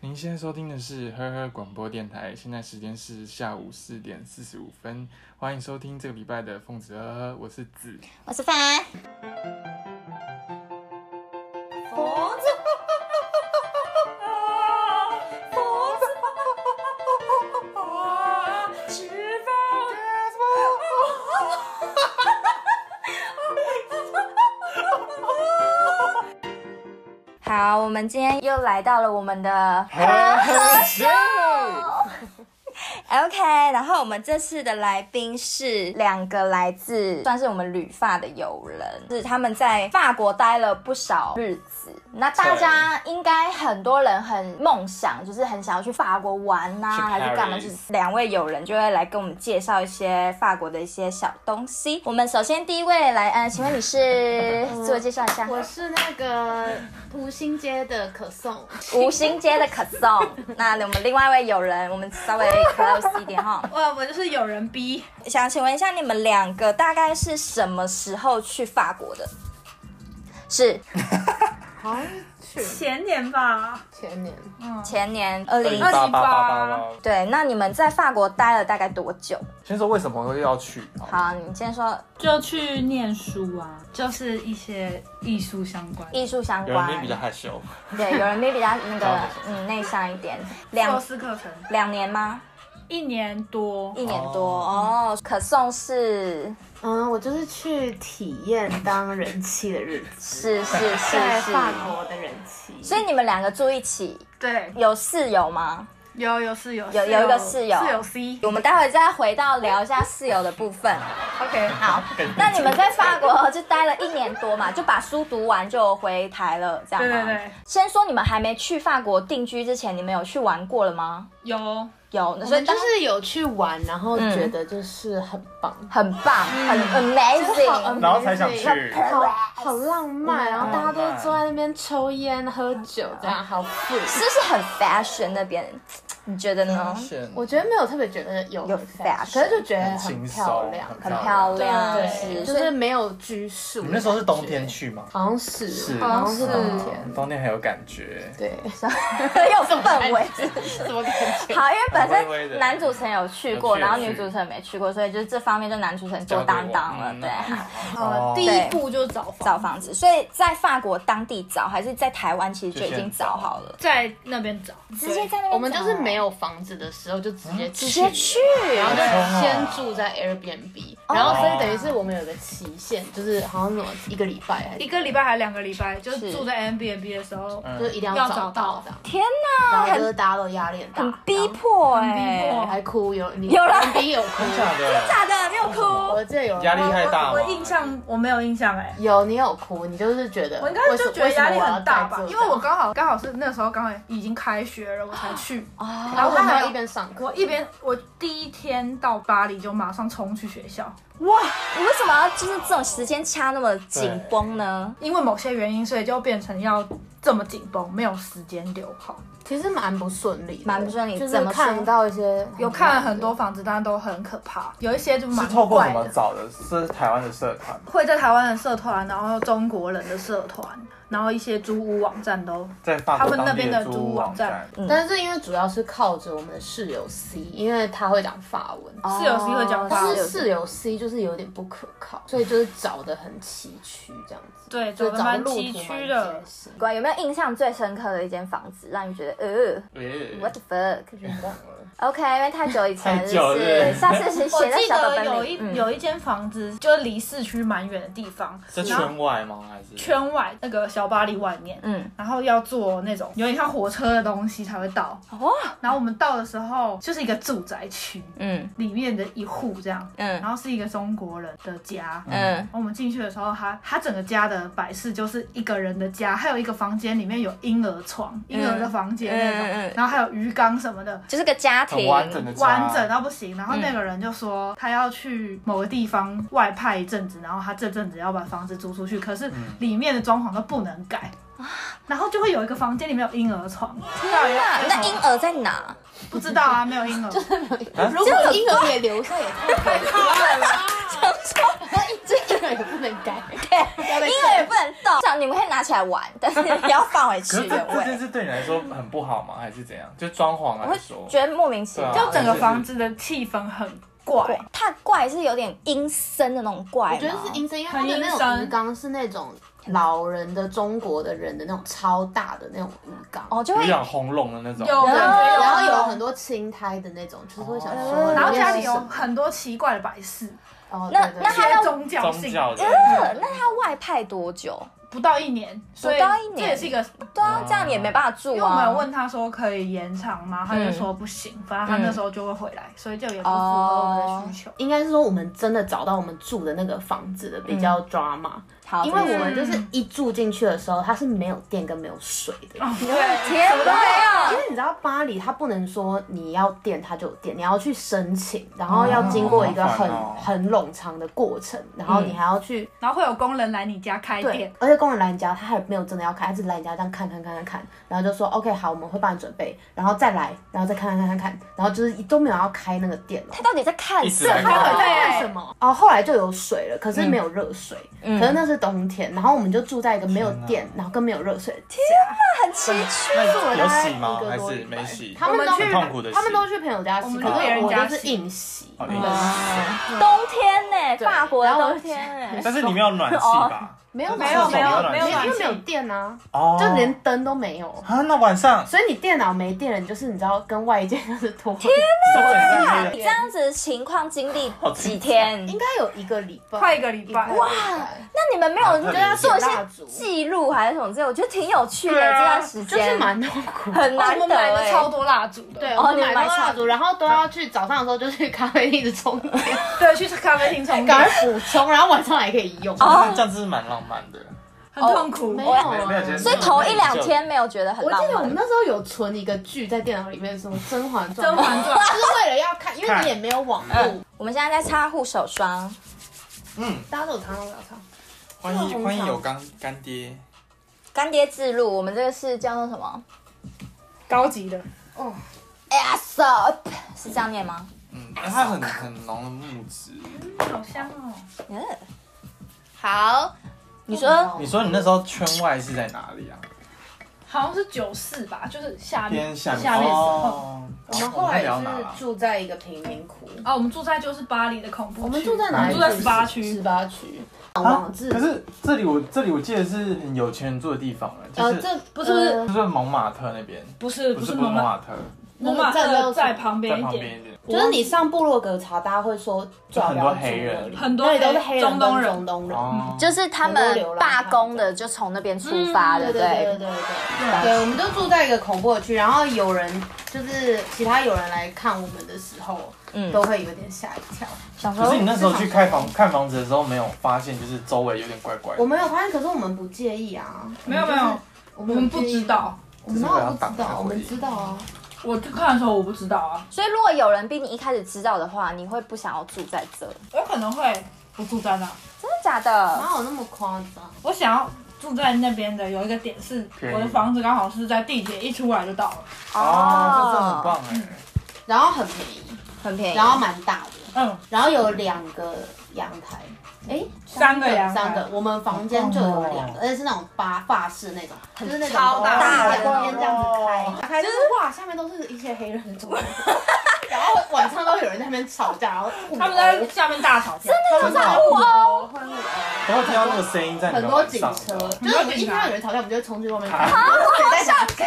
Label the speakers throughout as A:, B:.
A: 您现在收听的是呵呵广播电台，现在时间是下午四点四十五分，欢迎收听这个礼拜的奉子呵呵，我是子。
B: 我是凡。佛子， 佛子， 吃饭。 好，我们今天又来到了我们的
A: 呵呵秀，
B: OK，然后我们这次的来宾是两个来自算是我们旅发的友人，是他们在法国待了不少日子。那大家应该很多人很梦想，就是很想要去法国玩呐、
A: 去 Paris
B: 还是干嘛？就是两位友人就会来跟我们介绍一些法国的一些小东西。我们首先第一位来，呃，请问你是自我介绍一下？
C: 我是那个湖新街的可颂，
B: 五星街的可颂。那我们另外一位友人，我们稍微 close 一点哈。
C: 哇，我就是有人逼，
B: 想请问一下，你们两个大概是什么时候去法国的？是
D: 好像去
C: 前年吧，
D: 前年，
B: 前年二
A: 二零
B: 零
A: 八八
C: 八
A: 八八八。
B: 对，那你们在法国待了大概多久？
A: 先说为什么会要去？哦好，
B: 好，你先说
E: 就去念书啊，就是一些艺术相关。
B: 艺术相
A: 有人会
B: 关
A: 比，较害羞，
B: 对，有人比比较那个
A: 好
B: 嗯内向一点，
C: 宙
B: 两
C: 斯课程，
B: 两年吗？
E: 一年多，
B: 一年多哦可颂是
D: 嗯，我就是去体验当人妻的日子，
B: 是是是
D: 在
B: 是，
D: 法国的人妻，
B: 所以你们两个住一起，
C: 对，
B: 有室友吗？
C: 有有室友，
B: 有有一个室友
C: 室友 C，
B: 我们待会再回到聊一下室友的部分。
C: ，OK，
B: 好，那你们在法国就待了一年多嘛，就把书读完就回台了，这样吗？
C: 对对对。
B: 先说你们还没去法国定居之前，你们有去玩过了吗？
E: 有
B: 有，
D: 我
B: 所以
D: 们就
B: 当时
D: 是有去玩，然后觉得就是很棒，
B: 很棒，
D: 嗯
B: 很 amazing。
A: 然后才想去
D: 好好浪漫，然后大家都坐在那边抽烟喝酒，这样好富。
B: 是不是很 fashion 那边？你觉得呢？
D: 我觉得没有特别觉得有
B: 有
D: 很
B: fashion
D: 可是就觉得
A: 很
D: 很
A: 轻
D: 漂
A: 松，
D: 亮，
B: 很漂亮，
D: 对，就是 没有拘束。
A: 你那时候是冬天，去吗？
D: 好像是，
A: 是
D: 好像是
A: 嗯
D: 冬天，
A: 冬天很有感觉。
D: 对，
B: 很有氛围。
D: 什么感觉？
B: 好，因为本
A: 微微的
B: 身男主持人有去过，
A: 有去
B: 然后
A: 有
B: 女
A: 去
B: 主持人没去过，所以就是这方面就男主持人做
A: 交给
B: 担
A: 我
B: 当了，
A: 嗯
B: 对。
A: 哦
E: 第一步就找房，
B: 找房子，所以在法国当地找，还是在台湾其实就已
A: 就
B: 经
A: 先找
B: 找好了，
E: 在那边找，
B: 直接在那边找
D: 我们就是没有房子的时候就直接
B: 嗯直接去，哦
D: 然后就先住在 Airbnb，、然后所以等于是我们有个期限，就是好像什么一个礼拜还
E: 一
D: 是，
E: 个礼拜还两个礼拜，就是是住在 M B N B 的时候，
B: 嗯
D: 就一定
E: 要
D: 找
E: 找
D: 到
E: 到
D: 的。
B: 天
D: 然
B: 哪，
D: 后就
B: 很
D: 是大家都压力很大，
B: 很逼迫哎、
E: 很逼
D: 然后
E: 迫
D: 还哭，有你
B: 有啦
D: Airbnb 有哭，
A: 真假的？
B: 假的，你有哭？
D: 我记得有人
A: 压力太大吗？
E: 我印象我没有印象哎、
D: 有你有哭，你就是觉得
C: 我应该
D: 为什
C: 就觉得压力很大吧，
D: 为什么要在这
C: 因为我刚好刚好是那时候刚好已经开学了，我才去，然
D: 然
C: 后
D: 后我
C: 他
D: 还
C: 还
D: 要一
C: 有。
D: 边上课，
C: 我一边，我第一天到巴黎就马上冲去学校，
B: 哇，你为什么要就是这种时间掐那么紧绷呢？
C: 因为某些原因，所以就变成要这么紧绷，没有时间留好。
D: 其实蛮不顺利的，
B: 蛮不顺利
D: 就是
B: 怎么说
D: 看到一些
C: 有看了很多房子，但都很可怕，有一些就蛮
A: 是透过
C: 怪
A: 什么
C: 的，
A: 找的？是台湾的社团，
C: 会在台湾的社团，然后中国人的社团，然后一些租屋网站都
A: 在法
C: 他
A: 国
C: 们那
A: 当地
C: 边
A: 的
C: 的
A: 租
C: 租
A: 屋
C: 屋
A: 网
C: 网站
A: 站。
E: 嗯
D: 但是因为主要是靠着我们的室友 C，因为他会讲法文，
B: 哦
C: 室友是会讲法
D: 但
C: 文
D: 是室友 C 就是有点不可靠，所以就是找的很崎岖这样子，
E: 对，
D: 就
E: 找
D: 是
E: 的
D: 找
E: 蛮
D: 路途
E: 崎岖的
D: 蛮艰。辛
B: 乖，有没有印象最深刻的一间房子，让你觉得呃
A: 我
B: ，what the fuck？OK，、
D: 忘了，
B: 因为太久以前了，
A: 太
B: 就
A: 久了
B: 是下次是
C: 我
B: 写在
C: 记
B: 小
C: 得
B: 本
C: 有
B: 本里。嗯
C: 一有一间房子，就离市区蛮远的地方，
A: 是
C: 然后
A: 圈外吗？还是
C: 圈外那个小巴黎外面，
B: 嗯，
C: 然后要坐那种有点像火车的东西才会到。
B: 哇，
C: 然后我们到的时候就是一个住宅区
B: 嗯
C: 里面的一户这样，
B: 嗯
C: 然后是一个中国人的家，
B: 嗯，
C: 然后我们进去的时候，他他整个家的摆饰就是一个人的家，还有一个房间里面有婴儿床、婴儿的房间那种，
B: 嗯嗯嗯
C: 然后还有鱼缸什么的，
B: 就是个家
A: 很
B: 庭，
A: 完整的家
C: 完整到不行。然后那
B: 嗯
C: 个人就说他要去某个地方外派一阵子，然后他这阵子要把房子租出去，可
B: 嗯
C: 是里面的装潢都不能改。
B: 啊
C: 然后就会有一个房间里面有婴儿床，到底要
B: 啊那那婴儿在哪？
C: 不知道啊，没有婴儿，
D: 啊
B: 哎
D: 如果婴儿也留下也太可怕了吧，
B: 想说
D: 那一这个儿也不能改，要被
B: 婴儿也不能动，像你们可以拿起来玩，但是不要放回
E: 可
B: 去
E: 是
B: 原
E: 这这件
B: 位。
E: 事对你来说很不好吗？还是怎样？就装潢
B: 我会
E: 来说，
B: 觉得莫名其妙，
E: 对啊
C: 就整个房子的气氛很怪，
B: 它怪是有点阴森的那种怪吗，
D: 我觉得是
E: 啊
D: 阴森，因为它
F: 很
D: 的
F: 阴
D: 那
F: 森
D: 种鱼缸是那种老人的中国的人的那种超大的那种鱼缸，
B: 哦，就
E: 有
B: 会
E: 点轰隆的那种。
F: 有
D: 然后
F: 感
D: 然
F: 觉
D: 后
F: 有
D: 有很多青苔的那种，就是会想
B: 哦
D: 说，
C: 然后
D: 里面
C: 家
D: 是
C: 里有
D: 什么
C: 很多奇怪的摆饰，
D: 哦，
B: 那
D: 对对
B: 那
D: 对
B: 它要
C: 一些宗教
E: 宗
C: 性
E: 教的，
B: 呃那它外派多久？
C: 不到一年，所以
B: 不到一年
C: 这也是一个，
B: 对啊，这样你也没办法住啊。
C: 因为我们有问他说可以延长吗？他
B: 嗯
C: 就说不行，反正他那时候就会回来，所以就也不符合我们的需求。
D: 应该是说我们真的找到我们住的那个房子的比较 drama，
B: 好，
D: 因为我们就是一住进去的时候，它是没有电跟没有水的。
B: 哦
C: 对，
B: 天都没
D: 因
B: 有。
D: 为你知道巴黎，它不能说你要电它就有电，你要去申请，然后要经过一个很、
E: 哦好麻烦哦
D: 很冗长的过程，然后你还要去
C: 然后会有工人来你家开
D: 对
C: 店，，
D: 而且工人来你家，他还没有真的要开，他只是来你家这样看看看看看，然后就说 OK 好，我们会帮你准备，然后再来，然后再看看看看看，然后就是都没有要开那个电哦
B: 他。到底在看
E: 一
B: 什
E: 直在
B: 么？
E: 看
D: 在干什么？哦，后来就有水了，可是没有热水，
B: 嗯
D: 可是那是冬天，然后我们就住在一个没有电，然后跟没有热水的家，
B: 很奇怪。
E: 那
D: 住了
E: 有
D: 大概
E: 洗
D: 一
E: 吗？
D: 个
E: 还
D: 多
E: 是
D: 礼拜
E: 没洗？
D: 他们都
C: 我们
E: 很
C: 去
E: 痛苦的洗。
D: 他们都去朋友家洗，
C: 我们
D: 可
C: 去别
D: 是
C: 人
D: 我
C: 家
D: 都是
C: 洗
D: 硬洗，
E: 哦
D: 嗯对
E: 硬洗
B: 冬天呢，
D: 对
B: 法国的
D: 然后我
B: 冬天哎，
E: 但是你没有暖气吧？
D: 没有
E: 没有
D: 暖气
E: 没有
D: 暖
E: 没有
D: 气
E: 暖
D: 因为
C: 气
D: 没有电啊，
E: 哦，
D: 就连灯都没有。
E: 啊，那晚上
D: 所以你电脑没电了，你就是你知道跟外界就是脱离，
E: 手整 个黑
B: 你
E: 的
B: 这样子的情况经历
E: 好精彩
B: 几天？
D: 应该有一个礼拜，
C: 快一个礼拜
D: 哇！
B: 那你们没有
E: 对
B: 就是做一
D: 蜡
B: 些
D: 烛
B: 记录还是什么之类？我觉得挺有趣的
C: 对
B: 这
C: 啊
B: 段时
D: 就是
B: 间，
D: 蛮痛苦的。
B: 很
C: 哦我
B: 难
C: 们
B: 得
C: 买了
B: 哎。
C: 超多蜡烛的，
D: 对，
B: 哦
D: 我们
B: 你
D: 买到
B: 买
D: 蜡
B: 蜡
D: 烛，然后都要去早上的时候就去咖啡厅一直充电，
C: 对，去咖啡厅充
D: 赶
C: 电，
D: 快补充，然后晚上还可以用。
E: 那这样子是蛮浪漫的。
C: 很痛苦。
D: 没
C: 哦没
D: 有
C: 有
D: 啊
E: 没有钱
B: 所以头一两天没有觉得很
D: 我
B: 浪
D: 记得我们
B: 漫，
D: 那时候有存一个剧在电脑里面，什么《甄嬛传》，
C: 甄嬛传
D: 就是为了要看，因为
E: 看
D: 你也没有网络，
B: 我们现在在擦护手霜，
E: 嗯，
D: 大家都有常常聊天。
E: 哦欢
D: 这个红
E: 迎欢迎
D: 糖
E: 有干干爹，
B: 干爹自录，我们这个是叫做什么
C: 高级的，
B: ？Asop 是这样念吗？
E: 嗯，
D: 哎
E: 它很很浓的木质。
C: 好香哦。
B: 嗯，好，你说
E: 你说你那时候圈外是在哪里啊？
C: 好像是九四吧，就是下面
E: 偏下面
C: 下面哦
E: 哦。
D: 我们
E: 然
D: 后来
E: 在
D: 也
E: 聊哪啊
D: 是住在一个贫民窟，
C: 啊，我们住在就是巴黎的恐怖区，
D: 我们住在哪里？
C: 我们住在十八区
D: 十八区。
E: 啊
D: 网志
E: 可是这里我这里我记得是很有钱人住的地方了，就
D: 呃，
E: 是
D: 这
C: 不是不是
D: 呃
E: 就是蒙马特那边，
C: 不是
E: 不
C: 不
E: 是
C: 是
E: 不是
C: 蒙
E: 蒙
C: 马
E: 马特，
C: 蒙马特在旁
E: 在
C: 边一
E: 旁
C: 点，
E: 边一点。
D: 就是你上部落格查，大家会说
E: 就很多黑人
C: 很多
D: 那里都是黑人
C: 中东
D: 跟
C: 人
D: 中东人。
E: 哦，
B: 就是他们罢工的就从那边出发，对
D: 嗯对
B: 不
D: 对对
B: 对？
D: 对对对，对，我们就住在一个恐怖的区，然后有人就是其他有人来看我们的时候，
B: 嗯
D: 都会有点吓一跳。
B: 想说
E: 可是你那时候去开房看房子的时候，没有发现就是周围有点怪怪的
D: 我，没有发现，可是我们不介意啊。
C: 嗯没有没有，
D: 我
C: 我
D: 们
C: 们
D: 就是
C: 不知，道。
D: 我们
E: 只是
D: 哪
E: 为了
D: 有不
E: 挡
D: 知
E: 那
D: 道，
E: 个
D: 我
E: 回
D: 们
E: 忆
D: 知道啊。
C: 我去看的时候我不知道啊，
B: 所以如果有人比你一开始知道的话，你会不想要住在这，真
C: 我可能会不住在那，
B: 的假的？
D: 哪有那么夸张？
C: 我想要住在那边的有一个点是，
E: 便宜
C: 我的房子刚好是在地铁一出来就到了，
E: 哦，这真的很，棒哎。
D: 嗯然后很便宜，
B: 很便宜。
D: 然后蛮大的，
C: 嗯，
D: 然后有两个阳台，哎，
C: 三个阳台
D: 三个，我们房间就有两个，而且是那种发发式那种，哦就是那种
B: 超大
D: 大
B: 的
D: 光这样子开，打开就是哇，下面都是一些黑人的中国人， 然后晚上都有人在那边吵架，然后互殴
C: 他们在下面大吵架，
E: 真的啊，
D: 互殴，会互殴。
E: 然后听到那个声音在你
D: 很
E: 们
D: 多啊
E: 晚
D: 警
E: 上
D: 车，
E: 的
D: 就是我们一听到有人吵架，我们就会冲去外面看。谁在打架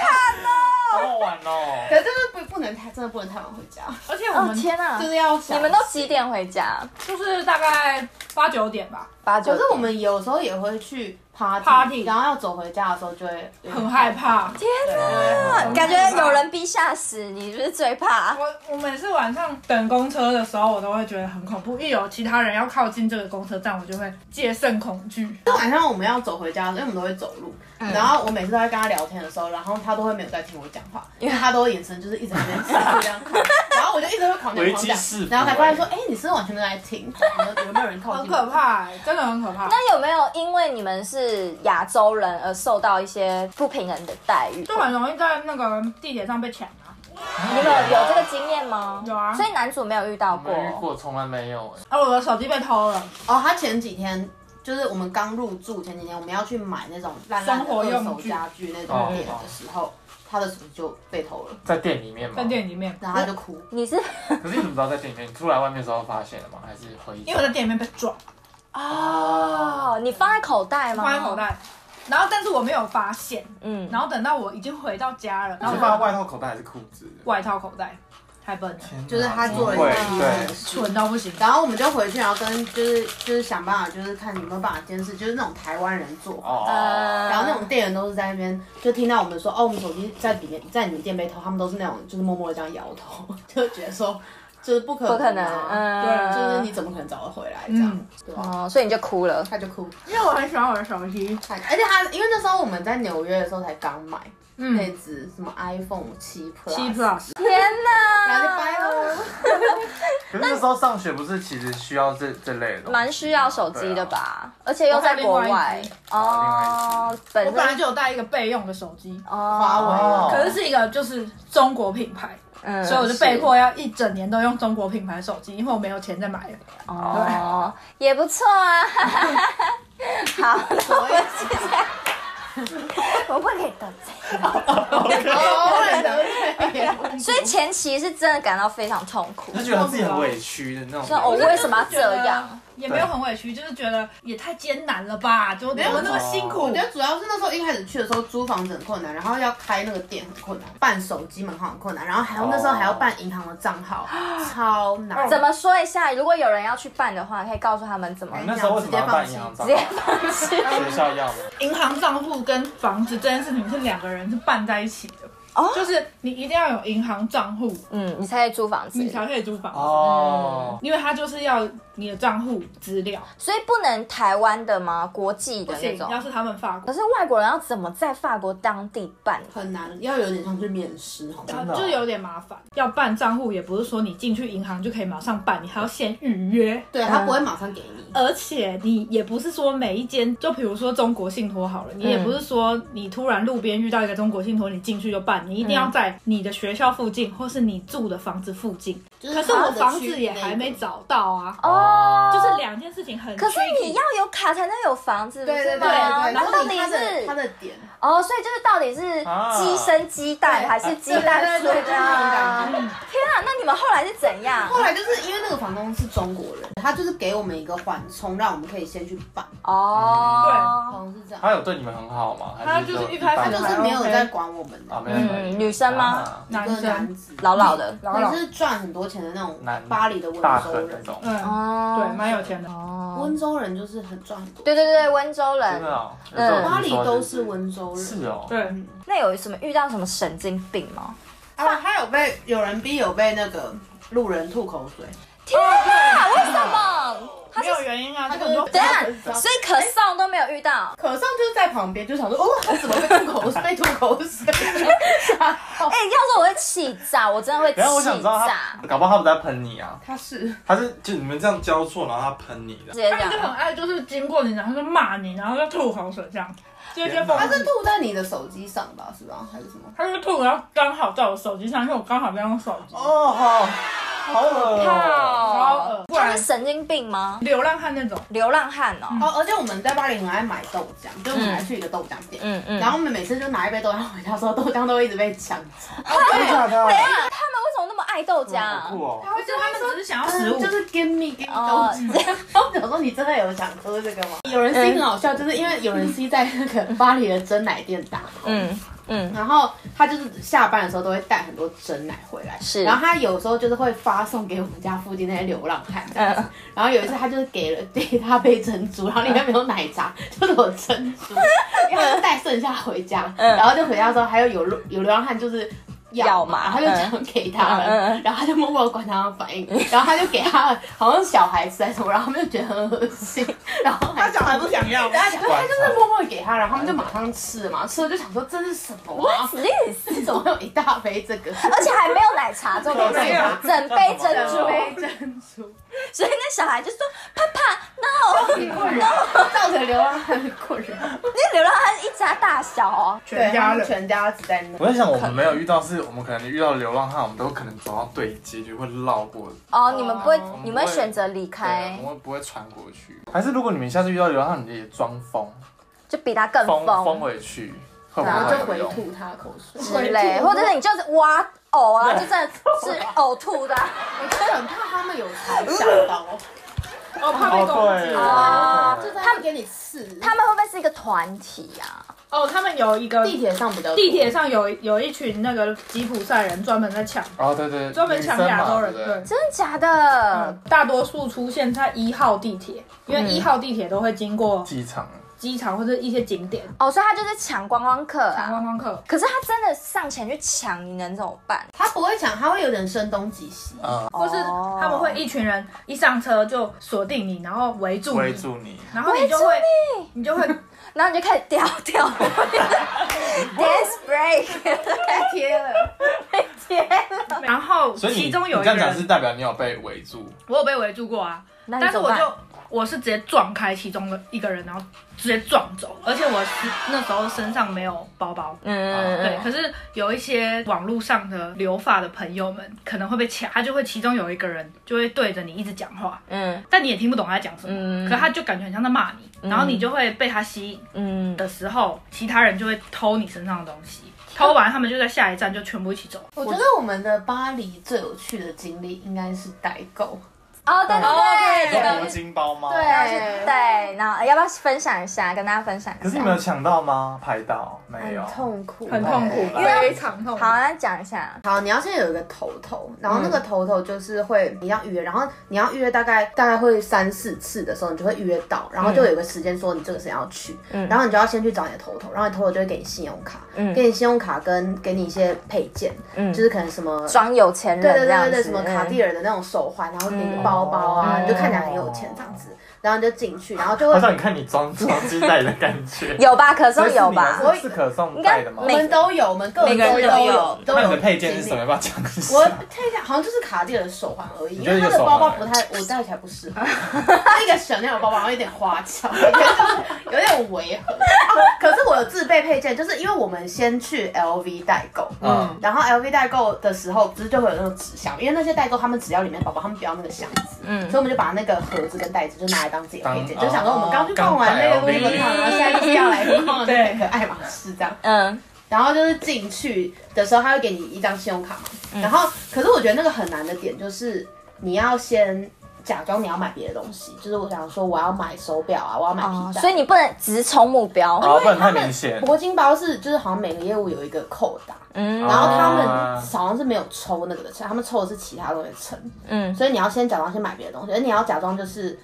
E: 好好玩哦
D: 可。是就是不不能太，真的不能太晚回家，
C: 而且我
B: 哦
C: 们
B: 天哪
D: 就！是要
B: 你们都几点回家？
C: 就是大概八九点吧，
B: 八九
D: 可
B: 点。
D: 是我们有时候也会去 party，,
C: Party
D: 然后要走回家的时候就会有点
C: 很害怕。
B: 天哪，感觉有人逼吓死你，是不是最怕？
C: 我我每次晚上等公车的时候，我都会觉得很恐怖，一有其他人要靠近这个公车站，我就会戒慎恐惧。
D: 就晚上我们要走回家的时候，因为我们都会走路，然后我每次都在跟他聊天的时候，然后他都会没有在听我讲话，因为他都眼神就是一直在那边死这样看，然后我就一直会狂
E: 危
D: 讲
E: 机
D: 狂
E: 四
D: 讲，
E: 伏
D: 然后才发现说，哎、你是不是完全没有在听，有有没有人靠
C: 很
D: 近？
C: 可。怕、欸，真的很可怕。
B: 那有没有因为你们是亚洲人而受到一些不平等的待遇？
C: 就很容易在那个地铁上被抢啊。
B: 你们有有这个经验吗？
C: 有啊
B: 所以男主没有遇到
E: 我没遇
B: 过。
E: 过，从来没有哎。
C: 啊，我的手机被偷了，
D: 哦，他前几天就是我们刚入住前几天，我们要去买那种烂烂的
C: 生活
D: 二
C: 用
D: 手
C: 具
D: 家具那
E: 哦
D: 种店的时候，他的手机就被偷了，
E: 在店里面吗？
C: 在店里面，
D: 然后他就哭。
B: 你是
E: 可是你怎么知道在店里面？你出来外面的时候发现了吗？还是回忆？
C: 因为我在店里面被抓，
B: 哦，你放在口袋吗？
C: 放在口。袋，然后但是我没有发现，
B: 嗯，
C: 然后等到我已经回到家了，然
E: 你
C: 后
E: 是
C: 我
E: 放在外套口袋还是裤子？
C: 外套口袋，太笨了，
E: 天哪
D: 就是他做了一
E: 怎么哦会
D: 个很蠢的
E: 对，
D: 事，
C: 蠢到不行。
D: 然后我们就回去，然后跟就是就是想办法，就是看有没有办法监视，就是那种台湾人做。
E: 哦，
B: 呃
D: 然后那种店员都是在那边，就听到我们说哦，我们手机在里面，在你们店被偷，他们都是那种就是默默的这样摇头， 就觉得说就是不可
B: 不可能，
D: 能啊，
B: 嗯，
D: 就是你怎么可能找得回来这样？对啊
B: 哦，所以你就哭了。
D: 他就哭，
C: 因为我很喜欢我的手机，
D: 他而且他因为那时候我们在纽约的时候才刚买
C: 嗯
D: 那只什么 iPhone 七 Plus，
C: 七 plus，
B: 天哪，
D: 然后就掰了。
E: 可是那时候上学不是其实需要这这类的东西，
B: 蛮需要手机的吧，而且又在国
C: 我
B: 外
C: 还有另外一只
E: 哦
B: 哦，本
C: 我本来
B: 身
C: 就有带一个备用的手机，
B: 哦，
D: 华
E: 哦
D: 为
C: 可是是一个就是中国品牌，
B: 嗯
C: 所以我就被迫要一整年都用中国品牌手机，因为我没有钱再买了。
B: 哦，也不错啊。好，那我们现在我不可以得
D: 哦，对对对。
B: 罪，所以前期是真的感到非常痛苦，
E: 他觉得自己很委屈的那种
B: 说哦，我
E: 感觉。
B: 为什么要这样？？
C: 也没有很委屈，就是觉得也太艰难了吧？怎么怎么那么辛苦？
D: 我觉得主要是那时候一开始去的时候租房子很困难，然后要开那个店很困难，办手机门号很困难，然后还有那时候还要办银行的账号，超难。
B: 怎么说一下？如果有人要去办的话，可以告诉他们怎么
E: 你那时候为什么要办银行账
B: 直
E: 户
B: 接？放弃。
E: 学校要吗？
C: 银行账户跟房子这件事情是两个人是拌在一起的，
B: 哦
C: 就是你一定要有银行账户，
B: 嗯，你才可以租房子，
C: 你才可以租房子。
E: 哦，
C: 因为它就是要你的账户资料，
B: 所以不能台湾的吗？国际的
C: 不
B: 那
C: 行，
B: 种。
C: 要是他们法国
B: 可，是外国人要怎么在法国当地办？
D: 很难，要有点像去面试，好像
E: 真的哦
C: 就有点麻烦。要办账户也不是说你进去银行就可以马上办，你还要先预约。
D: 对他不会马上给你。
C: 而且你也不是说每一间，就比如说中国信托好了，
E: 嗯
C: 你也不是说你突然路边遇到一个中国信托，你进去就办，你一定要
E: 嗯
C: 在你的学校附近或是你住的房子附近。
D: 就是
C: 可是我房子也还没找到啊，
B: 哦，
C: 就是两件事情很。
B: 可是你要有卡才能有房子，
D: 对对对
B: 不是吗
D: 对，
B: 然后到底
D: 他的他
B: 是
D: 的点，
B: 哦，所以就是到底是
E: 啊
B: 鸡生鸡蛋
D: 对
B: 还是鸡蛋生
D: 对对对对对对对对
B: 的啊？天啊，那你们后来是怎样？
D: 后来就是因为那个房东是中国人，他就是给我们一个缓冲，让我们可以先去办，好
B: 哦，
D: 像是这样。
E: 他有对你们很好吗？
C: 他
E: 还是
C: 就是
E: 就
C: 一开始
D: 他
E: 般
D: 就是没有在管我们的，
E: 啊，没有在管
B: 嗯，
E: 你们
B: 女生吗？
E: 啊
C: 男
D: 一个
C: 生
D: 男，子
B: 老老的，
C: 老
D: 可
C: 老，
D: 是赚很多钱的那种
E: 男
D: 巴黎的温
E: 大
D: 州
E: 亨那
D: 人，
E: 种，
C: 嗯，
B: 哦，
C: 对，蛮有钱的。
B: 哦，
D: 温州人就是很赚很多。
B: 对对对对，温州
E: 真的
B: 人。
E: 哦。有时候我
D: 巴
E: 听
D: 黎
E: 说
D: 都
E: 就是
D: 温州人。
E: 是哦，
C: 对，
B: 那有什么遇到什么神经病吗？
D: 啊，他有被有人逼，有被那个路人吐口水，
B: 天啊，为什么？他
C: 没
B: 是
C: 有原因啊，
D: 他就
C: 这很多
B: 等一下，所以可颂都没有遇到。
D: 可上就是在旁边就想说，哦，他怎么被吐口水？被吐口水？
B: 哎，要是我会气炸，我真的会
E: 然后我想
B: 气
E: 知道
B: 炸
E: 他，。搞不好他不在喷你啊，
D: 他是
E: 他是就你们这样交错，然后他喷你的
B: 直。接
C: 他
B: 这
C: 们就很
B: 样，啊
C: 爱，就是经过你，然后就骂你，然后就吐口水这样，就一些
D: 他
C: 疯
D: 是
C: 子。
D: 吐在你的手机上吧？是吧？还是什么？
C: 他就吐，然后刚好在我手机上，因为我刚好在用手机，
E: 哦，好，好恶哦。
C: 超
B: 靠
C: 恶，不
B: 他
C: 然呃
B: 是神经病吗？
C: 流浪汉那种。
B: 流浪汉哦，
D: 哦，而且我们在巴黎很爱买豆浆，就是我们还去一个豆浆店。
B: 嗯嗯，
D: 然后我们每次就拿一杯豆浆回家，说豆浆都会一直被抢走，
E: 真的假的？
B: 他们为什么那么爱豆浆
E: 好
B: 啊？
E: 酷哦！
C: 而且他们只是想要食物，
D: 嗯就是 give me give me 豆
B: 哦
D: 浆。然后 我想说你真的有想喝这个吗？ 嗯有人 C 很好笑，就是因为有人 C 在那个巴黎的真奶店打工，
B: 嗯嗯，
D: 然后他就是下班的时候都会带很多真奶回来，
B: 是
D: 然后他有时候就是会发送给我们家附近那些流浪汉，
B: 嗯
D: 然后有一次他就是给了 给他杯珍珠，然后里面没有奶茶， 就是有珍珠，因为他就带剩下回家，
B: 嗯
D: 然后就回家之后还有有有流浪汉就是。
B: 要嘛
D: 嘛，他就讲给他了，
B: 嗯嗯嗯
D: 然后他就默默地观察他的反应，然后他就给他了，好像小孩子还是什么，然后他们就觉得很恶心， 然后他
C: 小孩不想要
D: 然后啊他就是默默给他，然后他们就马上吃了嘛，吃了就想说这是什么啊？
B: ，this，
D: 怎么会有一大杯这个？
B: 而且还没有奶茶做 点
C: 没有
D: 啊
B: 什整杯珍珠，
C: 哦啊
D: 杯珍珠，
B: 所以那小孩就说：“爸爸，no，
D: 很困扰，造成流浪汉很困扰。
B: 那流浪汉一家大大小哦。
D: 对，
C: 全
D: 他
C: 家
D: 们
C: 人。
D: 全家只在
E: 我
D: 那。
E: 在想，我们没有遇到，是我们可能遇到流浪汉，我们都可能走到对街就会绕过，
B: 哦，你们不会
D: 我们不会，
B: 你们会选择离
E: 对，啊
B: 开
E: 我，们不会穿过去。还是如果你们下次遇到流浪汉，你就也装疯，
B: 就比他更
E: 疯
B: 疯
E: 疯回去，会不
D: 然后
E: 会
D: 就
E: 有
D: 回
E: 用？
D: 吐他口水，
B: 之类，或者是你就是哇呕啊，就真的是呕吐的啊。
D: 我真的很怕他们有才吓 到，
C: 哦，怕被攻击
E: 哦
B: 啊
E: 对
D: 就是呃他们给你刺。
B: 他们会不会是一个团体啊？
C: 哦，他们有一个
D: 地铁上比较多
C: 地铁上有有一群那个吉普赛人专门在抢，
E: 哦，对对，
C: 专门抢亚洲人。
E: 女生嘛对不对，
B: 真的假的？
C: 大多数出现在一号地铁，因
B: 嗯
C: 为一号地铁都会经过
E: 机场
C: 机场或者一些景点，
B: 哦，所以他就是抢观光客
C: 抢
B: 啊。
C: 观光客。
B: 可是他真的上前去抢，你能怎么办？
D: 他不会抢，他会有点声东击 西。
E: 啊，
C: 或是
B: 哦
C: 他们会一群人一上车就锁定你，然后围住
E: 围
C: 你，
E: 住你，
C: 然后你就会 你就会
B: 然后你就开始掉掉，dance break
D: 贴了，
B: 天啊，
C: 然后
E: 所以你
C: 其中有
E: 你
C: 一
E: 这
C: 个
E: 样讲是
C: 人，
E: 代表你有被围住，
C: 我有被围住过啊，
B: 那你
C: 但是
B: 怎么
C: 我
B: 办？
C: 就我是直接撞开其中的一个人，然后直接撞走，而且我是那时候身上没有包包。对，
B: 嗯，
C: 可是有一些网络上的留发的朋友们可能会被抢，他就会其中有一个人就会对着你一直讲话，
B: 嗯
C: 但你也听不懂他在讲什么，
B: 嗯
C: 可他就感觉很像在骂你，然后你就会被他吸引
B: 嗯
C: 的时候，其他人就会偷你身上的东西，偷完他们就在下一站就全部一起走。
D: 我觉得我们的巴黎最有趣的经历应该是代购，哦
B: 哦，对对对
E: 用
B: 对
E: 铂金包吗？
D: 对
B: 对，然后要不要分享一下，跟大家分享一
E: 可是
B: 下
E: 你？们有抢到吗？拍到没有？
D: 痛苦，
C: 哎很痛苦，
E: 因为
C: 非常痛苦。
B: 好，那讲一下，
D: 好，你要先有一个头头，然后那个
C: 嗯
D: 头头就是会你要预约，然后你要预约大概大概会三四次的时候，你就会预约到，然后就
C: 嗯
D: 有一个时间说你这个时间要去，然后你就要先去找你的头头，然后你头头就会给你信用卡，
B: 嗯
D: 给你信用卡跟给你一些配件，就是可能什么。
B: 装有钱人
D: 对对
B: 这样
D: 对对
B: 子，。
D: 对，什么卡地尔的那种手环，然后给你个包包啊，
E: 嗯
D: 你就看起来很有钱这样子，然后你就进去，然后就
E: 好
D: 会
E: 想看你装装鸡带的感觉
B: 有吧？可
E: 所
B: 颂
E: 以是
B: 有
E: 你
B: 吧？
E: 们是是可颂带的吗
B: 应？
D: 我
B: 该
D: 们都有，我们各
B: 每个人
D: 都
B: 都有
D: 有，都
E: 那
D: 有
E: 你的配件是
D: 经历
E: 什么？啊要不要讲一下？
D: 我看一下，好像就是卡地亚的手环而
E: 你
D: 已，因
E: 觉得
D: 为
E: 有
D: 它的
E: 手环
D: 包包
E: 吗
D: 不太，我戴起来不适合。它一个小那种包包，然后有点花俏，我觉得就是有点违和、哦可是我有自备配件，就是因为我们先去 LV 代购，
E: 嗯，
D: 然后 LV 代购的时候，不是就会有那种纸箱，因为那些代购他们只要里面的包包，他们不要那个箱子，
B: 嗯
D: 所以我们就把那个盒子跟袋子就拿来当自己的配件，
E: 当
D: 就想说我们刚去逛完那个
E: 哦
D: 路易
E: 刚
D: 威
E: 买
D: 登，然后现在就是要来逛那个爱马仕 这样。
B: 嗯
D: 然后就是进去的时候，他会给你一张信用卡嘛。
B: 嗯
D: 然后，可是我觉得那个很难的点就是，你要先假装你要买别的东西，就是我想说我要买手表啊，我要买
B: 哦
D: 皮，带。
B: 所以你不能直冲目标，
E: 好，哦不
D: 因为
E: 然
D: 他
E: 太
D: 们
E: 明 显。
D: 铂金包是就是好像每个业务有一个扣打，
B: 嗯
D: 然后他们
E: 啊
D: 好像是没有抽那个的钱，他们抽的是其他东西的成，
B: 嗯
D: 所以你要先假装先买别的东西，而你要假装就是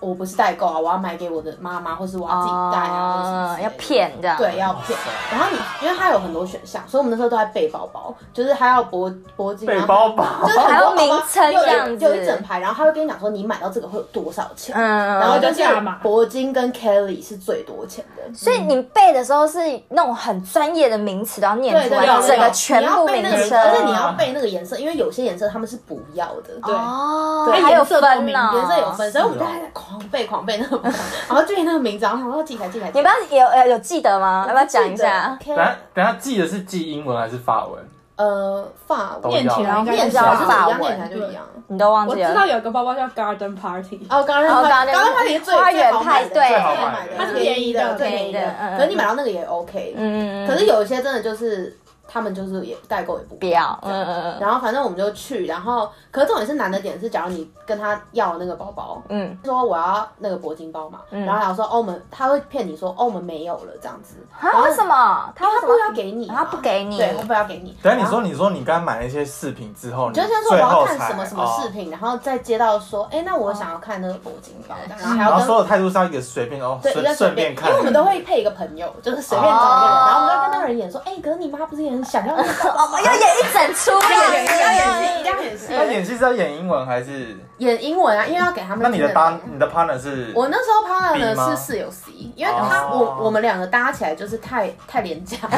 D: 我不是代购啊，我要买给我的妈妈，或是我要自己带啊，或者什么
B: 哦
D: 之类
B: 要
D: 的
B: 骗这样，
D: 对，要骗。然后你，因为它有很多选项，所以我们那时候都在背包包，就是还要铂铂金啊
E: 背包包
D: 就是很
B: 哦还
D: 多
B: 有
D: 包包
B: 名称
D: 有一
B: 这样子
D: 有一整排，然后他会跟你讲说你买到这个会有多少钱，
B: 嗯，
D: 然后就是
C: 价码
D: 铂金跟 Kelly 是最多钱的。
B: 所以你背的时候是那种很专业的名词，然后念
D: 对
B: 出
D: 对
B: 来
D: 对，
B: 整个
D: 对
B: 全
D: 你要
B: 部
D: 背
B: 名
D: 那个
B: 称，
D: 而且你要背那个颜色，因为有些颜色他们是不要的，对
B: 哦，
D: 对
B: 还有分
C: 颜色都有名
B: 呢，
D: 颜色有。分，所以我们
E: 是
D: 就
E: 哦
D: 在狂背狂背那个包，然后对那个名字，然后想说记起来记起来。
B: 你不要有呃有记得吗？要不要讲一下？
E: 等下等下记的是记英文还是法文？
D: 呃，法
E: 都
D: 文
C: 念起来应该
D: 念
C: 是
D: 起
C: 这
D: 来
C: 样
D: 就是
B: 法
D: 一样，
B: 文
D: 念起来就一样。
B: 你都忘
C: 我
B: 记
C: 知
B: 了
C: 道？有一个包包叫 Garden Party，
D: 哦，刚
B: 哦刚
D: 刚
B: 刚那个
D: 刚刚派也最
B: 花园
D: 最好买的
B: 派对
D: 最
E: 好
D: 好
E: 买
D: 买
E: 的
D: 的，
E: 它
C: 是便宜的
D: 最
B: 便宜
D: 便宜
B: 的嗯
D: 的。可是你买到那个也 OK，
B: 嗯嗯嗯，
D: 可是有一些真的就是他们就是也代购也不
B: 不要，嗯嗯嗯
D: 然后反正我们就去，然后可是重点是难的点是，假如你跟他要那个包包，
B: 嗯，
D: 说我要那个铂金包嘛，然后他说哦我们他会骗你说哦我们没有了这样子，然
B: 啊，
D: 后
B: 为什？么？他
D: 因为
B: 为什
D: 他不
B: 么
D: 要给你嘛，
B: 他不给你
D: 对，他不要给你。
E: 等下你说你说你刚买那些饰品之后，你
D: 就
E: 最
D: 先说我要
E: 后
D: 看
E: 才哦
D: 什么什么饰品，然后再接到说，哎，那我想要看那个铂金包，然后还
E: 哦然
D: 要
E: 后
D: 跟
E: 所有态度是要一个随便哦，
D: 对，
E: 顺
D: 要
E: 顺
D: 随
E: 便
D: 便，
E: 看，
D: 因为我们都会配一个朋友，就是随便找一个人，
E: 哦
D: 然后我们都会跟那个人演说，哎、可是你妈不是也很想要那个 包包吗？
B: 哦要演一整出这样子，
D: 戏，要演戏
E: 那演戏是要演英文还是？
D: 演英文啊，因为要给他们。
E: 那你的搭你的 partner 是？
D: 我那时候
E: B 吗
D: partner 是室友 C，因为他、
E: 哦
D: 我我们两个搭起来就是太 太廉价了，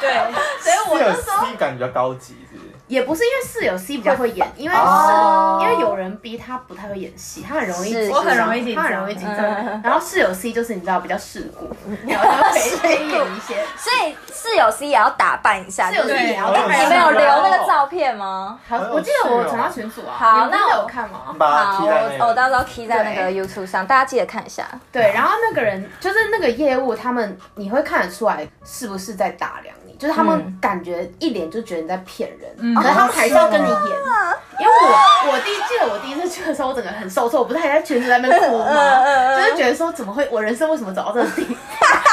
C: 对，
D: 所以我
E: 是
D: 那
E: 有
D: 时候
E: C 感比较高级，是不是？
D: 也不是因为室友 C 比较会演，因为是、
E: 哦
D: 因为有人逼他不太会演戏，他很容易
B: 是
D: 紧
B: 我
D: 张，
C: 很容易紧
D: 他
C: 张嗯
D: 很容易紧张。然后室友 C 就是你知道比较世故，然后他没演一些，
B: 所以室友 C 也要打扮一下。
D: 是有自
B: 对
D: 己也要
G: 对
D: 打
B: 你
D: 扮。
B: 们有留那个照片吗？
D: 好，
G: 好有
D: 我记得我
G: 趣哦
D: 传到群组啊，
B: 好
D: 你们
B: 那
D: 真的
B: 我
D: 有看吗
G: 你？把它
B: 好，
G: 踢在那
B: 我
G: 个
B: 我到
D: 哦
B: 时候 key 在那个
D: 对
B: YouTube 上，大家记得看一下。
D: 对，然后那个人就是那个业务，他们你会看得出来是不是在打量你，就是他们
B: 嗯
D: 感觉一脸就觉得你在骗人，
C: 嗯
D: 可是他们还是要跟你演。
B: 啊
D: 因为我我第一记得我第一次去的时候，我整个很受挫，我不是还在群组在那边哭
B: 嗯
D: 吗？就是觉得说怎么会我人生为什么走到这个地步？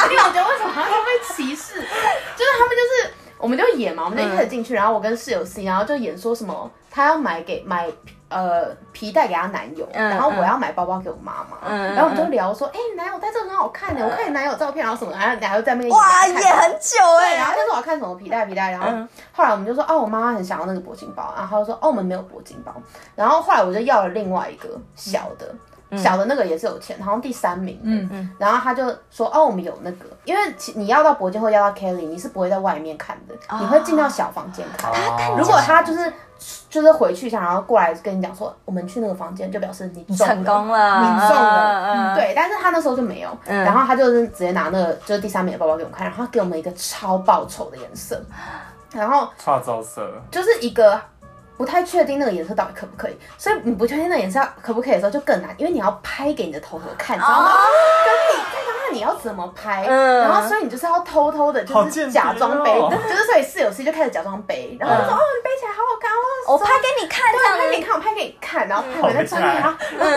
D: 因为我觉得为什么他们被歧视？就是他们就是我们就演嘛，我们就一开始进去，然后我跟室友 C，然后就演说什么他要买给买呃皮带给他男友，
B: 嗯
D: 然后我要买包包给我妈妈，
B: 嗯嗯嗯
D: 然后我们就聊说，哎、你男友戴这个很好看的，我看你男友照片，然后什么，然后然后在那边
B: 哇，
D: 演欸
B: 也很久
D: 对，
B: 哎
D: 然后。那时候我看什么皮带皮带，然后
B: 嗯
D: 后来我们就说，哦，我妈妈很想要那个铂金包，然后她就说，哦，我们没有铂金包，然后后来我就要了另外一个小的。
B: 嗯
D: 小的那个也是有钱，好像第三名。嗯
C: 嗯
D: 嗯。然后他就说：“哦，我们有那个，因为其你要到铂金或要到 Kelly，你是不会在外面看的，
B: 哦
D: 你会进到小房间看。
G: 哦
D: 如果他就是就是回去一下，然后过来跟你讲说，我们去那个房间，就表示你
B: 嗯
D: 中
B: 成功了，
D: 你中了。
B: 嗯，
D: 对，但是他那时候就没有，然后他就是直接拿那个就是第三名的包包给我们看，然后他给我们一个超爆丑的颜色，然后
G: 创造色，
D: 就是一个不太确定那个颜色到底可不可以，所以你不确定那个颜色可不可以的时候就更难，因为你要拍给你的头头看，你知道吗？跟你看看你要怎么拍，
B: 哦嗯
D: 然后所以你就是要偷偷的，
G: 好
D: 就
G: 间
D: 是
G: 谍
D: 假装背，
G: 哦
D: 就是所以室友 C 就开始假装背，然后就说、哦你背起来好好看哦，
B: 嗯我拍给你看，这
D: 对，
B: 样嗯
D: 我拍给你
B: 子。
D: 看，我拍给你看，然后拍回
G: 好
D: 来
G: 厉
D: 照片，
G: 害
D: 然后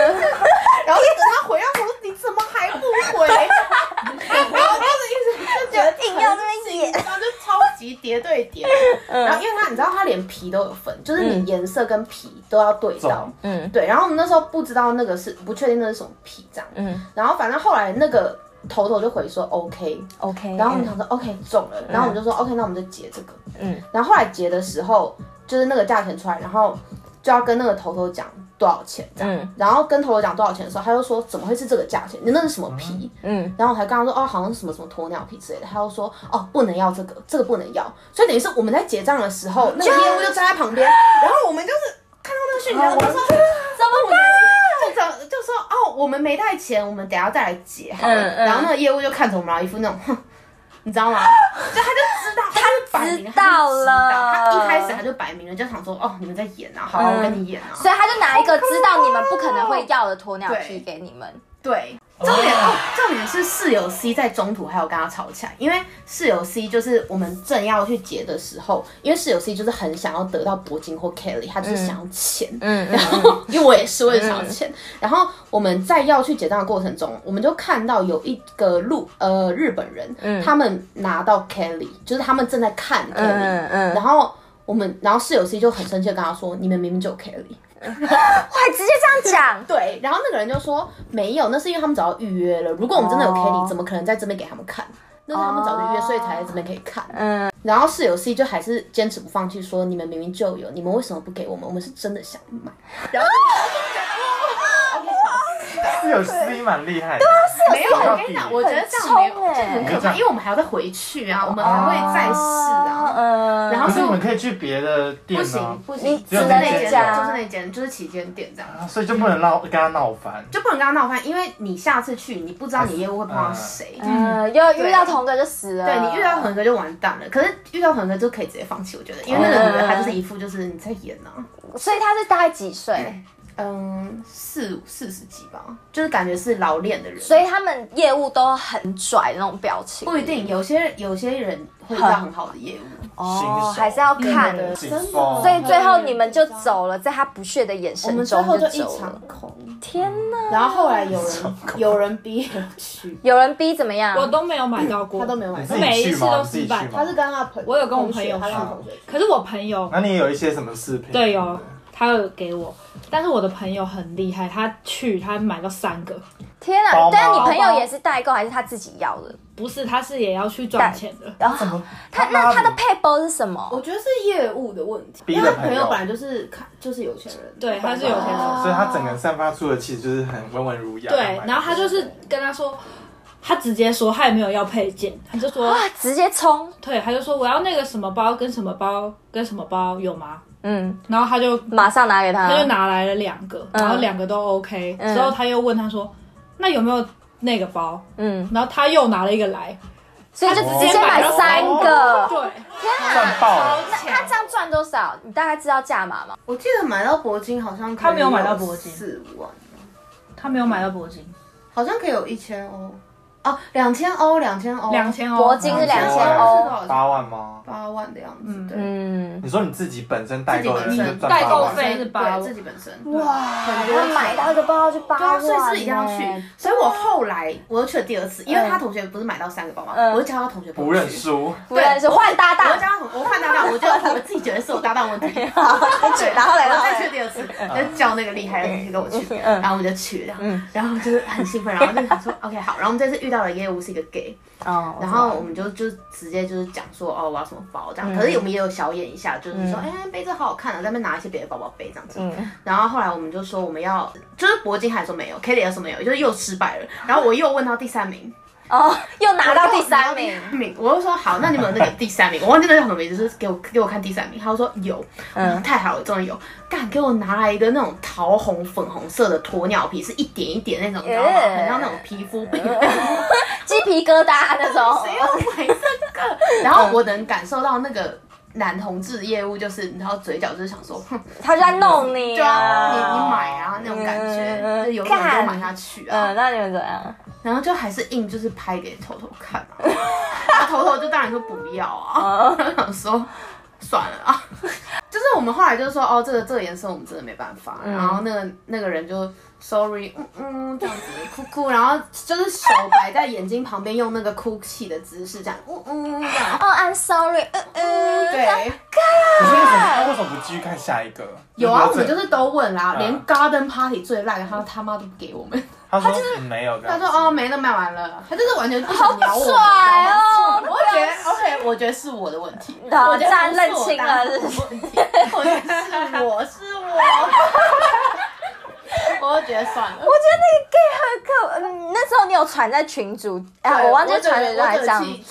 D: 然后就等他回到我说你怎么还不回？ 然后就是一直就觉得
B: 硬要这嗯边演
D: 然后就超级叠对叠，然后因为他你知道他连皮都有分，就是你颜色跟皮都要对到
G: 重，
B: 嗯
D: 对。然后我们那时候不知道那个是不确定那是什么皮这样，
B: 嗯
D: 然后反正后来那个头头就回说 OK，
B: ，OK。
D: 然后我们想说 OK 中了，然后我们就说 OK 那我们就结这个，
B: 嗯
D: 然后后来结的时候，就是那个价钱出来，然后就要跟那个头头讲多少钱这样。
B: 嗯
D: 然后跟头头讲多少钱的时候，他就说怎么会是这个价钱？你那是什么皮？
B: 嗯，
D: 然后我才跟他说哦，好像是什么什么鸵鸟皮之类的。他就说哦，不能要这个，这个不能要。所以等于是我们在结账的时候，那个业务就站在旁 边，然后我们就是看到那个讯息，我们就说
B: 怎么办？
D: 就找就说哦，我们没带钱，我们等一下再来结好了。
B: 嗯嗯
D: 然后那个业务就看着我们，然后一副那种，哼你知道吗？ 就他就知道，他就摆明
B: 知道
D: 他就知
B: 了
D: 道他一开始他就摆明了，就想说哦，你们在演啊，好啊，
B: 嗯
D: 我跟你演啊。
B: 所以他就拿一个知道你们不可能会要的鸵鸟皮
D: 对
B: 给你们。
D: 对，重点哦，重点是室友 C 在中途还有跟他吵起来，因为室友 C 就是我们正要去结的时候，因为室友 C 就是很想要得到铂金或 Kelly，他就是想要钱。
B: 嗯
D: 然后，因为我也是为了想要钱，然后我们在要去结账的过程中，我们就看到有一个路呃日本人，他们拿到 Kelly，就是他们正在看 Kelly，、
B: 嗯嗯
D: 然后我们然后室友 C 就很生气的跟他说：“你们明明就有 Kelly。”
B: 我还直接这 样
D: 对，然后那个人就说没有，那是因为他们早就预约了。如果我们真的有
B: 哦
D: Kelly，、怎么可能在这边给他们看？那是他们早就预约，所以才在这边可以看。
B: 嗯，
D: 然后室友 C 就还是坚持不放弃，说你们明明就有，你们为什么不给我们？我们是真的想买。然后
G: 室友 C 蛮厉害的，
C: 啊
D: 没有，我跟你讲，我觉得这样没有，
B: 很冲
D: 这
B: 欸
D: 很可怕，因为我们还要再回去啊，我们还会再试啊。
B: 嗯，
D: 然后
G: 可是
D: 所以
G: 你
D: 我
G: 们可以去别的店
D: 不
G: 啊
D: 行，不
B: 你
D: 行，
B: 只
D: 就是
G: 能
D: 那
G: 这
D: 间，
G: 家
D: 就是那间，就是旗舰店这样。
G: 啊所以就不能闹跟他闹翻。
D: 就不能跟他闹翻，因为你下次去，你不知道你业务会碰到谁，
B: 嗯，又遇到同队就死了。
D: 对你遇到狠哥就完蛋了，可是遇到狠哥就可以直接放弃，我觉得，因为那个女的她就是一副就是你在演啊，
B: 所以他是大概几岁？
D: 嗯，四五四十几吧，就是感觉是老练的人，
B: 所以他们业务都很拽那种表情，
D: 不一定，有些有些人会遇到很好的业务，
B: 哦，还是要看
D: 嗯
G: 紧
D: 真的
G: 绷
B: 所以最后你们就走了，在他不屑的眼
D: 我
B: 神
D: 们
B: 中
D: 最后就一
B: 走了嗯
D: 场。空，
B: 天哪！
D: 然后后来有人有人逼我去，
B: 有人逼怎么样？
C: 我都没有买到过，
D: 他都没有买
G: 你自，
D: 到
G: 己去吗？
C: 每一次都
G: 你自己
C: 失
G: 去
C: 败
D: 他是
G: 吗？
D: 跟他朋友，
C: 我有跟我朋友
D: 同学他是
C: 去
D: 同学，
C: 可是我朋友
G: 那你有一些什么视频？
C: 对哦，他有给我，但是我的朋友很厉害，他去他买到三个，
B: 天哪
G: 包！吗
B: 但是你朋友也是代购还是他自己要的？
C: 不是他是也要去赚钱的，
B: 然后
G: 怎么？
B: 他那他的配包是什么？
D: 我觉得是业务的问题，
G: 逼
D: 因
G: 的
D: 为他
G: 朋
D: 朋
G: 友
D: 友本来就是看就是有钱人，
C: 对，他是有钱人。
G: 所以他整个散发出的气质就是很温文儒雅。
C: 对，然后他就是跟他说，他直接说他也没有要配件，他就说，
B: 哇，直接冲！
C: 对，他就说我要那个什么包跟什么包跟什么包有吗？
B: 嗯，
C: 然后他就
B: 马上拿给他。
C: 他就拿来了两个，然
B: 嗯
C: 后两个都 OK，之后他又问他说，那有没有那个包？
B: 嗯，
C: 然后他又拿了一个来，
B: 所以就直接买三
C: 哦
B: 个。
C: 对，
G: 赚爆了。
B: 那他这样赚多少？你大概知道价码吗？
D: 我记得买到铂金好像可以
H: 他没有买到铂金
D: 四万，
H: 他没有买到铂金，
D: 好像可以有一千欧，哦，两千欧，两千欧，
H: 两千欧，
B: 哦铂金是两千
D: 欧
B: 欧。
G: 八万吗？
D: 八万的样子，
H: 嗯
D: 对。
B: 嗯，
G: 你说你自己本身代购的
D: 自
G: 人
D: 己本
G: 就
D: 身
G: 赚
H: 代
G: 八
H: 购
G: 万，
H: 费是八万
D: 对自己本身
B: 哇，
D: 很多
B: 他
D: 钱
B: 买到一个包包就八
D: 对啊，
B: 万，
D: 所以是不是一定要去？所以我后来我又去了第二次，因为他同学不是买到三个包吗？
B: 嗯
D: 我就叫他同学帮
G: 不
D: 我去
G: 认，输，
B: 不认识，换搭
D: 我就
B: 档
D: 叫。他同我换搭档，我就我自己觉得是我搭档问题。对，
B: 然后嘞
D: 我
B: 然后嘞
D: 再去第二次，就叫那个厉害的同学跟我去，然后我们就去了，然后就是很兴奋，然后就想说 OK 好，然后我们这次遇到的业务是一个 gay，
B: 哦
D: 然后我们就就直接就是讲说哦我要什么包这样，可是我们也有小演一下，就是说哎背这好好看啊，在那边拿一些别的包包背这样
B: 嗯
D: 子，然后后来我们就说我们要就是铂金还说没有 k a t i e 也说没有，就是又失败了，然后我又问到第三名，
B: 哦，又拿到第三名。
D: 名，我就说好，那你们有那个第三名，我忘记那叫什么名字，就是给我给我看第三名，他就说有，嗯，太好了，终于有，干给我拿来一个那种桃红粉红色的鸵鸟皮，是一点一点那种，你知道吗？
B: 耶
D: 很像那种皮肤病。
B: 鸡皮疙瘩那种。
D: 谁要买这个？然后我能感受到那个男同志业务，就是你知道嘴角就是想说，哼，
B: 他就在弄你
D: 对啊，你你买
B: 啊。
D: 啊那种感觉，
B: 嗯
D: 就是有种人
B: 干
D: 就买下去啊。
B: 嗯，那你们怎样？
D: 然后就还是硬就是拍给头头看、啊， 然后头头就当然说不要 啊，然后想说算了啊， 就是我们后来就说哦，这个这个颜色我们真的没办法，然后那个那个人就 sorry，嗯嗯这样子哭哭，然后就是手摆在眼睛旁边，用那个哭泣的姿势这样，嗯嗯这样，
B: 哦，I'm sorry，嗯嗯，
D: 对，
G: 可是为什么为什么不继续看下一个？
D: 有啊，我
G: 就是
D: 们就是都问啦，
G: 嗯
D: 连 garden party 最烂的他他妈都不给我们，
G: 他说嗯没有这
D: 他
G: 样
D: 说
G: 子，
D: 哦没了卖完了，他就是完全不想鸟我，
B: 帅哦！
D: 我会觉得 OK，我觉得是我的问题，
B: 好
D: 我觉得
B: 啊站
D: 不是
B: 认
D: 我
B: 清了
D: 搭档
B: 是
D: 的
B: 不是
D: 问题，我觉 得是我是我，我就觉得算了
B: 我。觉得那个 gay 很可，嗯，那时候你有传在群组，哎，
D: 对
B: 我忘记
D: 整个
B: 传人还
D: 我
B: 这
D: 整
B: 样，
D: 个
B: 我
D: 气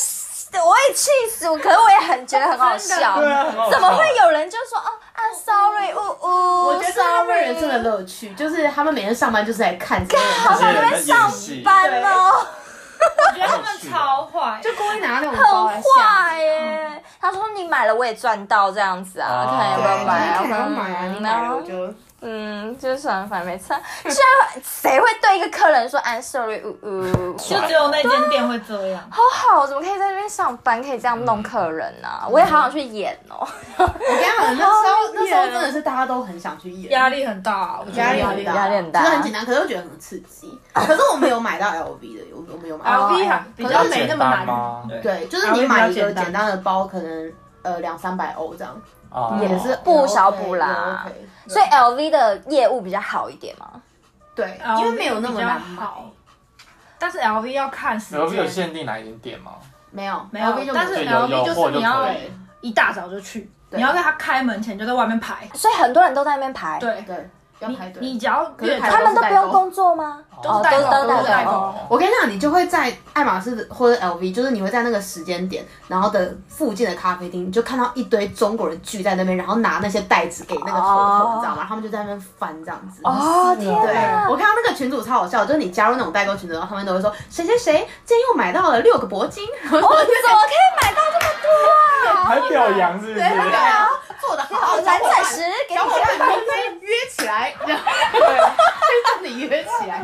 D: 气死，
B: 整个我也气死我，可是我也很觉得很好笑，
G: 对啊，很好笑
B: 怎么会？有人就说哦，I'm sorry，呜呜，
D: 我觉得这是他们
B: sorry
D: 人生的乐趣，就是他们每天上班就是来看这个人，
G: 好
B: 想
G: 像
B: 在那边上班哦，
C: 我觉得他们超坏，就
D: 就故意拿那种
B: 很
D: 包来吓
B: 坏
D: 嗯
B: 耶。他说你买了我也赚到这样子啊，
G: 哦
B: 看要
D: 你。
B: 不要
D: 对，
B: 买啊，
D: 你看要买啊，
B: 嗯
D: 你买了我就
B: 嗯，就是算了，反正没差。虽然 谁会对一个客人说 I'm sorry，呜 呜，就
C: 只有那间店会这样。
B: 好好，怎么可以在那边上班，可以这样弄客人啊？我也好想去演哦。
D: 我跟你讲，那时候那时候真
B: 啊
D: 的是大家都很想去演，
C: 压力很大，我觉得
D: 压力
B: 很大压力很大
D: 真的很简单，可是我觉得很刺激。可是我没有买到 LV 的，有我没有买到
C: LV 还比较
G: 简单吗？
D: 对，就是你买一
C: 然
D: 个
C: 后也比较简单
D: 简单的包，可能呃两三百欧这样，
G: 哦
B: 也
D: 也是
B: 不
D: OK，
B: 少补啦
D: 也 OK
B: 所以 LV 的业务比较好一点嘛。
D: 对，
C: LV
D: 因为没有那么难
C: 哦比
D: 买，
C: 较好。但是 LV 要看时
G: 有有
C: 间，
G: 限定哪一间店吗？
D: 没有
C: 没有
D: LV 就
C: 但是
G: 对，
D: 没
G: 有有
C: LV 就
G: 货
C: 是
G: 就
C: 你要
G: 可以
D: 对。
C: 一大早就去，
D: 对
C: 你要在他开门前就在外面排。
B: 所以很多人都在那边排。，
C: 对，
D: 对要
C: 你
D: 排队
C: 你。只要
D: 可是
C: 越
D: 排
C: 早
B: 他们都
D: 都是
B: 不
D: 代购
B: 用工作吗？
C: 都是代购
B: 哦都
C: 都
B: 是
C: 是代
B: 代
C: 购
B: 购。
D: 我跟你讲，你就会在爱马仕或者 LV，就是你会在那个时间点，然后的附近的咖啡厅，你就看到一堆中国人聚在那边，然后拿那些袋子给那个头
B: 哦
D: 头，你知道吗？他们就在那边翻这样子。
B: 哦天
D: 对
B: 哪！，
D: 我看到那个群主超好笑，就是你加入那种代购群组，然后他们都会说谁谁谁今天又买到了六个铂金，然后
B: 我哦怎么可以买到这么多啊？
G: 哦还表扬是不是？
D: 对啊，做的好，
B: 蓝钻石给
D: 小伙
B: 你。
D: 伴们约起来，这样对，跟你约起来，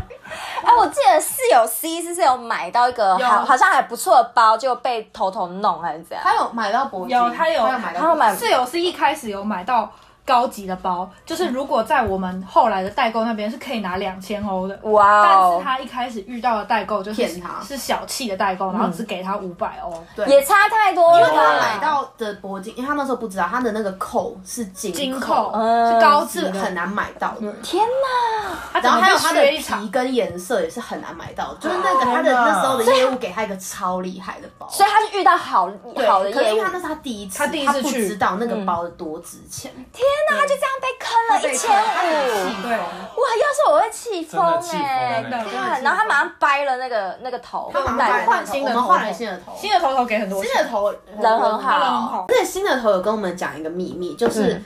B: 哎，我记得室友 C 是不是有买到一个
C: 有
B: 好好像还不错的包，就被头头弄还是怎样？
D: 他有买到铂金，
C: 有他有
D: 买到铂金，
B: 他有买
C: 室友是一开始有买到高级的包，
D: 嗯
C: 就是如果在我们后来的代购那边是可以拿两千欧的。
B: 哇
C: 但是
B: 哦，
C: 他一开始遇到的代购就是
D: 骗他嗯
C: 是小气的代购，然后只给他五百欧，
D: 对，
B: 也差太多
D: 因
B: 了
D: 为
B: 吧。
D: 他买到的铂金，因为他那时候不知道他的那个扣是金
C: 金
D: 扣，
C: 扣
B: 嗯
C: 是高级
D: 是
C: 的，
D: 很难买到的。
B: 天哪！
C: 他
D: 然后还有它的
C: 缺一场
D: 皮，跟颜色也是很难买到的，就是那个他的那时候的业务给他一个超厉害的包，
B: 所以他是遇到好
D: 对
B: 好的
D: 可是
B: 业
D: 因
B: 务
D: 为，他那是他第一次，
C: 他第一次
D: 不
C: 去
D: 知道那个
B: 嗯
D: 包有多值钱，
B: 天哪，他就这样被坑了一千五，
D: 对
C: 对，
B: 哇！要是我会气疯
G: 真的气疯
B: 哎、
G: 欸
C: 真的气
B: 看，
C: 疯
B: 然后他马上掰了那个那个头，
D: 他马
B: 那
D: 上
B: 个
C: 换新的
D: 我
C: 头
D: 们换了新的头，
C: 新的头头给很多
D: 新
C: 钱，
D: 的头人
B: 人很
C: 人
B: 好
C: 很好，
D: 那新的头有跟我们讲一个秘密，就是
B: 嗯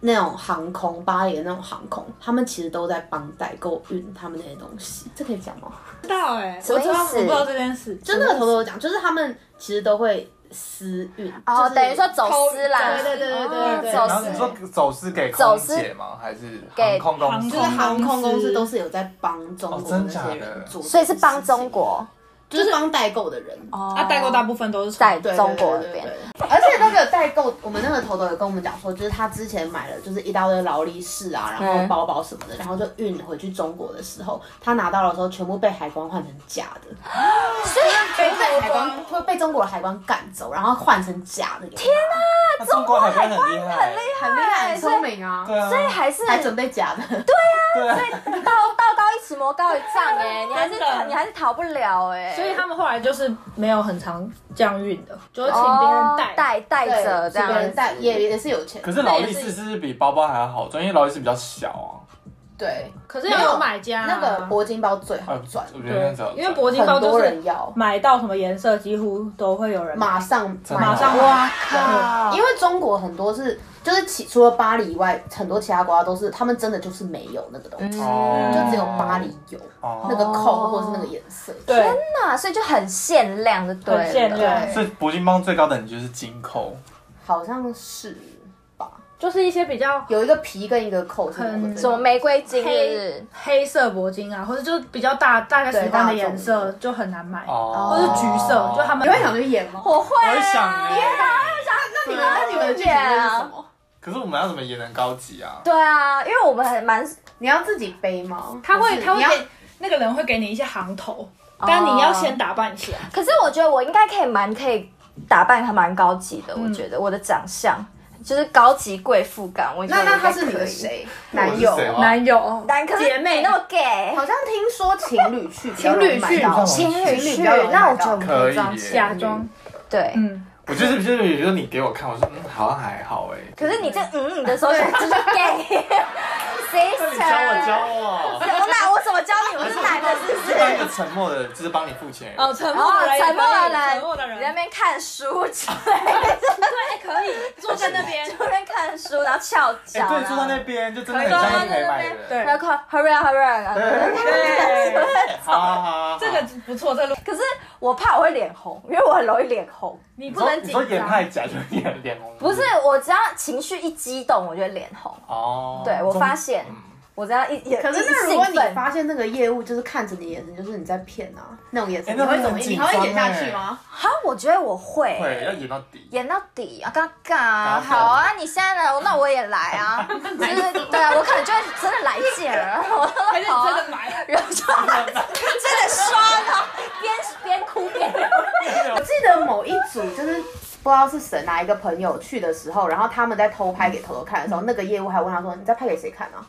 D: 那种航空，巴黎的那种航空，他们其实都在帮代购运他们那些东西，这可以讲吗？
C: 不知道哎、
B: 什
C: 我
B: 么意
C: 知
B: 思
C: 道我不知道这件事，
D: 就那个头头讲，就是他们其实都会私运，
B: 哦，
D: 就是
B: 等于说走私啦，
D: 对对对对对
B: 哦
D: 对，
B: 走
G: 然后
B: 私
G: 你说走私给
B: 走
G: 空
B: 私
G: 姐吗？还是
B: 给
G: 航空公
C: 航
G: 司
D: 就是？航空公司都是有在帮中
G: 哦
D: 国
G: 真
D: 那
G: 假
D: 些
G: 的
D: 人做，
B: 所以是帮中，国
D: 就是帮代购的人。
B: 哦
C: 啊，代购大部分都是
B: 在
D: 对
B: 中国
D: 对
B: 那
D: 对
B: 边
D: 对，对而且那个代购，我们那个头头有跟我们讲说，就是他之前买了就是一大堆劳力士啊，然后
B: 嗯
D: 包包什么的，然后就运回去中国的时候，他拿到的时候全部被海关换成假 的，
C: 被
D: 被海关会被中国的海关赶走，然后换成假的。天
G: 那中国海关很厉害，
D: 哪，很厉害，很聪明啊！
G: 对啊，
B: 所以还是
D: 还准备假的，
G: 对啊，
B: 道道高一尺，魔高一丈哎，你还是
C: 真的
B: 你还是逃不了哎，
C: 所以他们后来就是没有很常这样运的，就是请别人
B: 哦
C: 带。
B: 带带
D: 对
B: 着这
D: 别人
B: 样，
D: 带也也是有钱，
G: 可是劳力士是不是比包包还要好赚？因为劳力士比较小啊，
D: 对
C: 可是要有买家啊、
D: 那个铂金包最好
G: 啊
D: 赚，
G: 我觉得那种
C: 对，因为铂金包
D: 很
C: 就
D: 多
C: 是
D: 人要，
C: 买到什么颜色几乎都会有人买。
D: 马上
G: 真的
C: 马上
G: 哇
D: 因为中国很多是，就是其除了巴黎以外，很多其他国家都是，他们真的就是没有那个东西，
E: 嗯
G: 哦
D: 就只有巴黎有、
G: 哦
D: 那个扣或者是那个颜色。
C: 对，
B: 那啊所以就很限量就对了，
C: 很限量
G: 所以铂金包最高等级就是金扣，
D: 好像是吧？
C: 就是一些比较
D: 有一个皮跟一个扣是
C: 很
D: 什
B: 什么
D: 么？
B: 玫瑰金
C: 黑
B: 日，
C: 黑色铂金啊，或者就是比较大大家喜欢的颜色就很难买，
G: 哦
C: 或是橘色，就他们
D: 你会想去演吗？
B: 我会
G: 我会想
B: 啊，
G: 哎，
D: 那你们那你们的剧情是什么？
G: 可是我们要怎么也能高级啊？
B: 对啊，因为我们很蛮
D: 你要自己背吗？
C: 他
D: 还
C: 会
D: 是
C: 他会
D: 你要哦
C: 给那个人会给你一些行头，但你要先打扮起来。
B: 可是我觉得我应该可以蛮可以打扮还蛮高级的，我觉得我的长相就是高级贵妇感。我觉
D: 那
B: 得
D: 那他
B: 我
D: 是你的
B: 可以？
D: 谁？
G: 我
D: 男
G: 是
D: 友？
G: 谁吗
C: 哦男友
B: 但可是
C: 姐妹
B: 你那么 gay，
D: 好像听说情侣去，
C: 情侣去
D: 比较容易买到
B: 情侣
D: 情侣
B: 去，
D: 比较容易
B: 那我觉得
D: 买到
B: 我们
G: 可
B: 可
G: 以
B: 以这样
G: 耶
C: 假装，
B: 对。
C: 嗯，
G: 我就是就是，比如说你给我看，我说嗯，好像还好哎。
B: 可是你这嗯嗯的时候，就是 gay，谁
G: 那你教我
B: 想？
G: 教我，
B: 我哪我怎么教你？我是男的，是不
G: 就当一
B: 是？
G: 个沉默的，就是帮你付钱。
C: 哦，沉默
B: 哦
C: 的人，，
B: 沉默的
C: 沉默的
B: 人，
C: 人
B: 你在那，边看书之类的，
C: 对，可 以哎坐在那边
B: 就，在那边看书，然后翘脚，
C: 啊
G: 哎，对，坐在那
B: 然后
G: 边就真的很像是陪买人。
C: 对
B: 然后快 hurry up hurry up，
C: 对，
G: 好好好好，
C: 这个不错，这个
B: 可是我怕我会脸红，因为我很容易脸红。
C: 你
G: 你
C: 不
G: 说
C: 能
G: 你
C: 紧
G: 说演
C: 张
G: 太。假就演脸红，
B: 不是，我只要情绪一激动，我就会脸红。
G: 哦，嗯
B: 对我发现，
E: 嗯
B: 我只要一也
D: 可是那
B: 一
D: 如果
B: 兴
D: 你
B: 奋，
D: 发现那个业务就是看着你眼神，就是你在骗啊，那种眼神，
G: 哎
D: 你
G: 那
D: 会
G: 会
D: 怎
G: 很
D: 么？
G: 紧
D: 你还会演
G: 张
D: 下
G: 哎
D: 去吗？
B: 哈，我觉得我会
G: 对，要演到底。
B: 演到底啊，尴尬啊，
G: 尬
B: 好啊，你现在呢？那我也来啊，就是对啊，我可能就会真的来劲儿，然后
C: 还是你真的买了？
B: 然后就真的刷了， 边边哭边流泪。
D: 我记得某一组就是不知道是谁哪一个朋友去的时候，然后他们在偷拍给头头看的时候，那个业务还问他说：“你在拍给谁看啊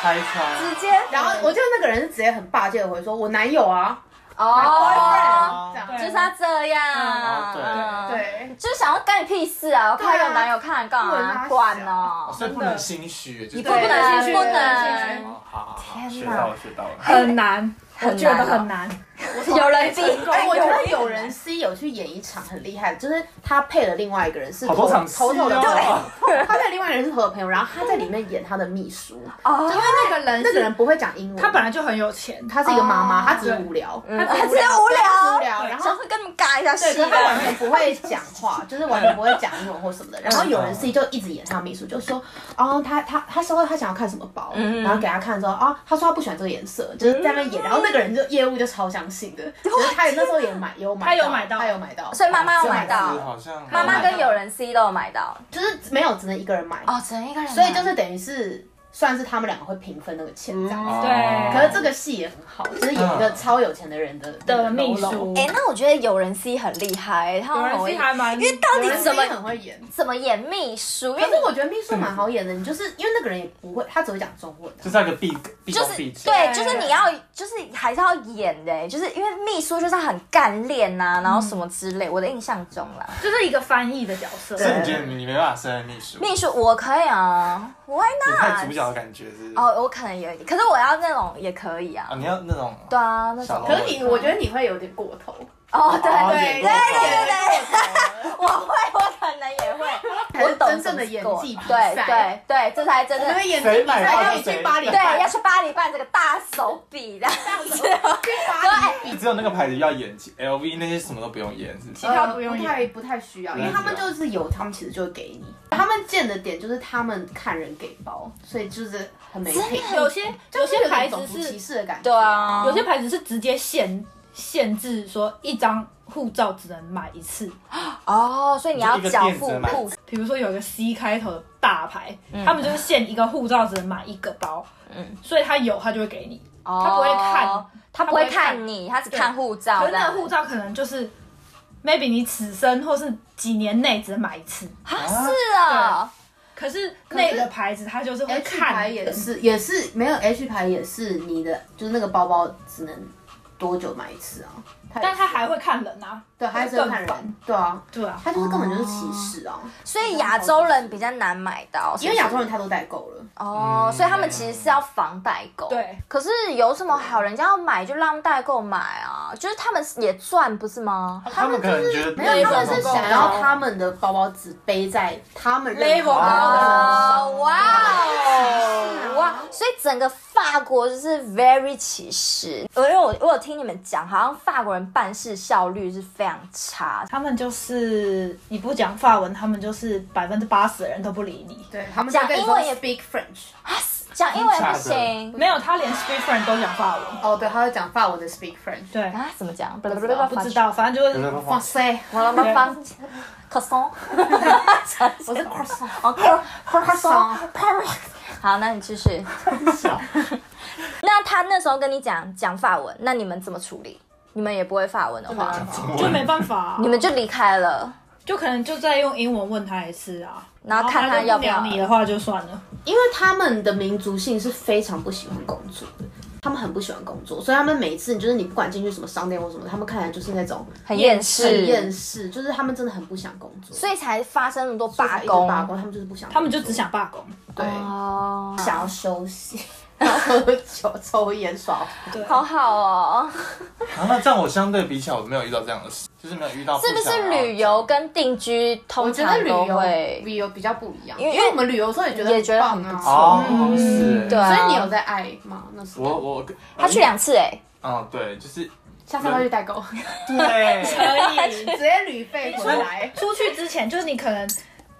G: 拆穿。
B: 直接？”
D: 然后我记得那个人是直接很霸气的回说：“我男友啊。
B: 哦，
G: 这样
B: 就是他这样，
G: 哦
B: 嗯，
D: 对，
B: 就是想要干你屁事啊！我怕
D: 对啊
B: 有男友看干
D: 问他
B: 嘛？
D: 小
B: 管哦。
G: 所以不能心虚，你
D: 不能
B: 心虚
C: 不
B: 不
C: 能
B: 能
G: 哦好好好，
B: 天
G: 学
B: 哪
G: 到了，学到了。
C: 很难，我
B: 很
C: 觉得
B: 难哦
C: 很难。
B: 有人逼，
D: 哎，我觉得有人 C 有去演一场很厉害，就是他配了另外一个人是
G: 好多
D: 头
G: 场戏
D: 头头的朋
G: 哦
D: 友，他配了另外一个人是头头的朋友，然后他在里面演他的秘书，
B: 哦，
D: 就因为那个人那个人不会讲英文，
C: 他本来就很有钱，
D: 他是一个妈妈，
B: 哦
D: 他只是无聊，
B: 嗯他只是无
D: 他只是无
B: 聊，
D: 聊，然后
B: 想说跟你们尬一下
D: 对，
B: 戏
D: 可是他
B: 啊。
D: 完全不会讲话， 就是完全不会讲英文或什么的。然后有人自己就一直演他的秘书，就说，哦，他他他说他想要看什么包，
B: 嗯
D: 然后给他看说，哦，他说他不喜欢这个颜色，就是在那边演。然后那个人就业务就超相信的，就是他也那时候也买，有买，
C: 他有买到
D: 他有买到，
B: 所以妈妈有买
D: 这样
B: 到，
G: 好像
B: 妈妈跟友人 C 都有买到。
D: 就是没有只能一个人买，
B: 哦，只能一个人买。
D: 所以就是等于是算是他们两个会平分那个钱
B: 嗯
D: 这样子。
C: 对
G: 哦
D: 可是这个戏也很好，就是演一个超有钱的人的
C: 的
D: 那
C: 秘
D: 个喽啰
C: 书，
B: 哎，那我觉得友人 C 很厉害，他
C: 有
B: 们
C: 人
B: 很会
C: 是还蛮，
B: 因为到
D: 有
B: 底
D: 人
B: 怎么
D: 真的很会演。
B: 怎么演秘书，因
D: 可
B: 为
D: 是我觉得秘书蛮好演的，你就是因为那个人也不会，他只会讲中文。
G: 就是那个闭闭
B: 就
G: 关
B: 是
G: 闭嘴，
B: 对，就是你要就是还是要演的，就是因为秘书就是很干练呐，然后什么之类，我的印象中啦。
C: 就是一个翻译的角色，
G: 所以你觉得你没办法胜任秘书，
B: 秘书我可以啊，Why
G: 你太
B: not？
G: 主角的感觉是
B: 哦，我可能有一点，可是我要那种也可以啊
G: 啊，。你要那种
B: 对啊，那
G: 小老
B: 种
D: 可是
E: 哦
D: 你，我觉得你会有点过头。
B: 哦，对
G: 哦
B: 对
G: 演过
B: 对
G: 头
B: 对对，我会，我可能也会，
D: 还
B: 我
D: 是
B: 懂
D: 真正的的演技比
B: 对
D: 赛，
B: 对对，这才真
D: 我们
B: 的
D: 的演技
G: 谁
D: 比
G: 买
D: 赛
G: 票
D: 要
G: 是
D: 你去
G: 谁
D: 巴黎
B: 对，
D: 办，
B: 要去巴黎办这个大手笔的，
D: 去巴黎。
G: 你只有那个牌子要演技，LV 那些什么都不用演，是不是
C: 其？他不用演
D: 太不太需要，因为
G: 不太需要
D: 他们就是有，他们其实就会给你。他们见的点就是他们看人给包，所以就是很没品。
C: 有些有些牌子
D: 就是有种族歧
C: 是
D: 视的感觉，
B: 对，啊，
C: 有些牌子是直接限限制说一张护照只能买一次，
B: 哦，所以你要
G: 就一个
B: 缴
G: 电
B: 付
G: 子嘛
B: 付
C: 比如说有一个 C 开头的大牌，他们就是限一个护照只能买一个包，
B: 嗯
C: 所以他有他就会给你，
B: 哦
C: 他不会看，
B: 他哦不会
C: 他不会看
B: 看你，他只
C: 对
B: 看护照
C: 可
B: 这样。
C: 是那个护照可能就是 maybe 你此生或是几年内只能买一次，
G: 啊，
B: 是啊，
C: 可是那个牌子它就是会
D: H 牌
C: 看你
D: 也是，也是没有 H 牌也是你的，就是那个包包只能多久买一次啊？也
C: 但
D: 是
C: 他还会看人啊，
D: 对，还是要看
C: 更烦
D: 人，对啊，
C: 对啊，
D: 他就是根本就是歧视啊，
B: 所以亚洲人比较难买到，
D: 因为
B: 是不
D: 亚
B: 是
D: 洲人太多代购了，
B: 哦，
G: 嗯
B: 所以他们其实是要防代购。
C: 对，
B: 可是有什么好？人家要买就让代购买啊，就是他们也赚，不是吗？
G: 他们可能觉得
D: 没有，他们是
G: 想
D: 想要他们的包包只背在他们认
C: Label
D: 同的人
B: 啊，
D: 上。
B: 哇哦，哇！所以整个法国就是 very 歧视。我有我有听你们讲，好像法国人办事效率是非常差。
C: 他们就是你不讲法文，他们就是百分之八十的人都不理你。
D: 对，他们
B: 讲
D: 就跟你
B: 英
D: 说
B: 文也
D: speak French。
B: 讲啊英
G: 真
B: 文不
G: 假的
B: 行
C: 没有，他连 Street Friend 都讲法文。
D: 哦，对，他会讲法文的 speak French。
C: 对，
B: 啊？怎么讲？不
C: 不知。道，反正 就是
D: 哇塞，
B: 我他妈放 croissant，
D: 我是 croissant。
B: 哦 croissant，perfect。好，那你继续。 那他那时候跟你讲讲法文，那你们怎么处理？你们也不会法文的话，
C: 就没办法啊、
B: 你们就离开了。
C: 就可能就再用英文问他一次啊，
B: 然后看他
C: 他
B: 要不要
C: 聊你的话就算了。
D: 因为他们的民族性是非常不喜欢工作的，他们很不喜欢工作，所以他们每一次就是你不管进去什么商店或什么，他们看起来就是那种
B: 很厌世
D: 很厌世，就是他们真的很不想工作，
B: 所以才发生那么多
D: 所以
B: 罢
D: 才一直
B: 工。
D: 罢工，他们就是不想工作，
C: 他们就只想罢工，
D: 对、
B: 哦，
D: 想要休息，然后喝酒、抽烟、耍酷。
C: 对，
B: 好好哦，
G: 啊，那这样我相对比起来，我没有遇到这样的事，就是没有遇到。
B: 是不是旅游？跟定居
D: 我
B: 通
D: 觉得
B: 常
D: 旅
B: 都
D: 游
B: 会？
D: 旅游比较不一样，
B: 因为
D: 因为我们旅游的时候也觉得
B: 也觉得
D: 棒
B: 很
D: 啊
B: 不，
G: 哦，
C: 嗯
G: 是，
B: 对啊
D: 所以你有在爱吗？那时
G: 我
D: 候
G: 我
B: 他去，两次哎，
G: 嗯，对，就是
D: 下次要去代购，
G: 对，
C: 可以。
D: 直接旅费回来。
C: 出去之前，就是你可能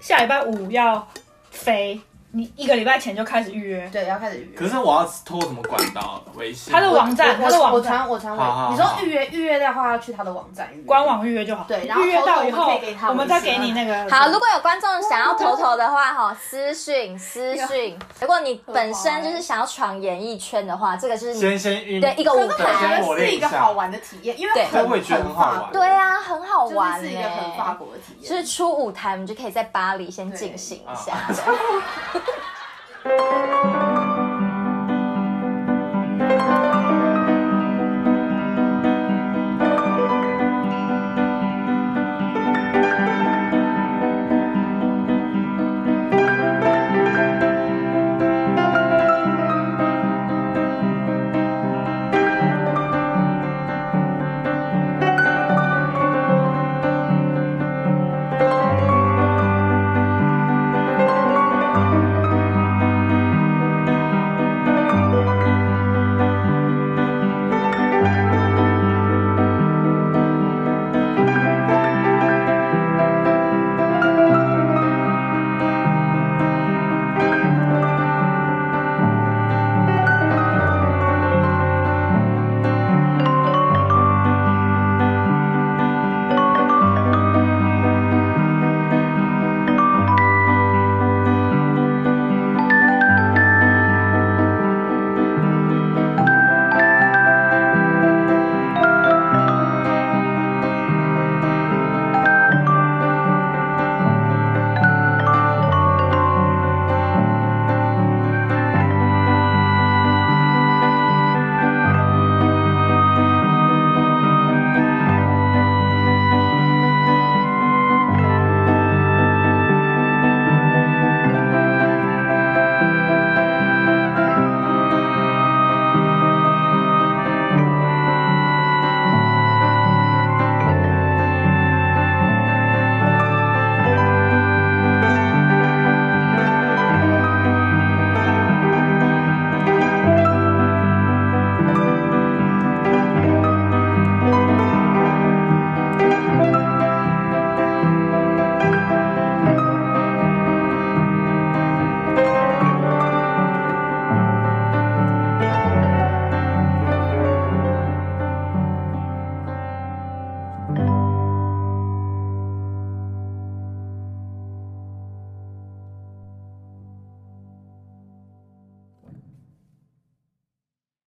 C: 下礼拜五要飞，你一个礼拜前就开始预约。
D: 对，要开始预约
G: 可。是我要透过什么管道？微信？
C: 他的网站，
D: 我
C: 他的
D: 我
C: 网站
D: 传我传
G: 好好
D: 我，
G: 好
D: 你说预约预约的话，要去他的网站预约
C: 官。网预约就好。
D: 对然后
C: 预约到以
D: 偷偷我
C: 后
D: 们可以给他，
C: 我们再给你那个。
B: 好，如果有观众想要头头的话，哈，私讯私讯。如果你本身就是想要闯演艺圈的话，这个就是你
G: 先先运
B: 对一个舞
D: 可是
G: 对
D: 我
G: 先。
B: 台
D: 觉得是一个好玩的体验，因为
B: 对
D: 很
G: 我也觉得很好玩
D: 法国
B: 对啊，很好
D: 就是
B: 玩
D: 是一个很法
B: 哎。
D: 国的体验。
B: 就是出啊舞台，我们就可以在巴黎先进行一下。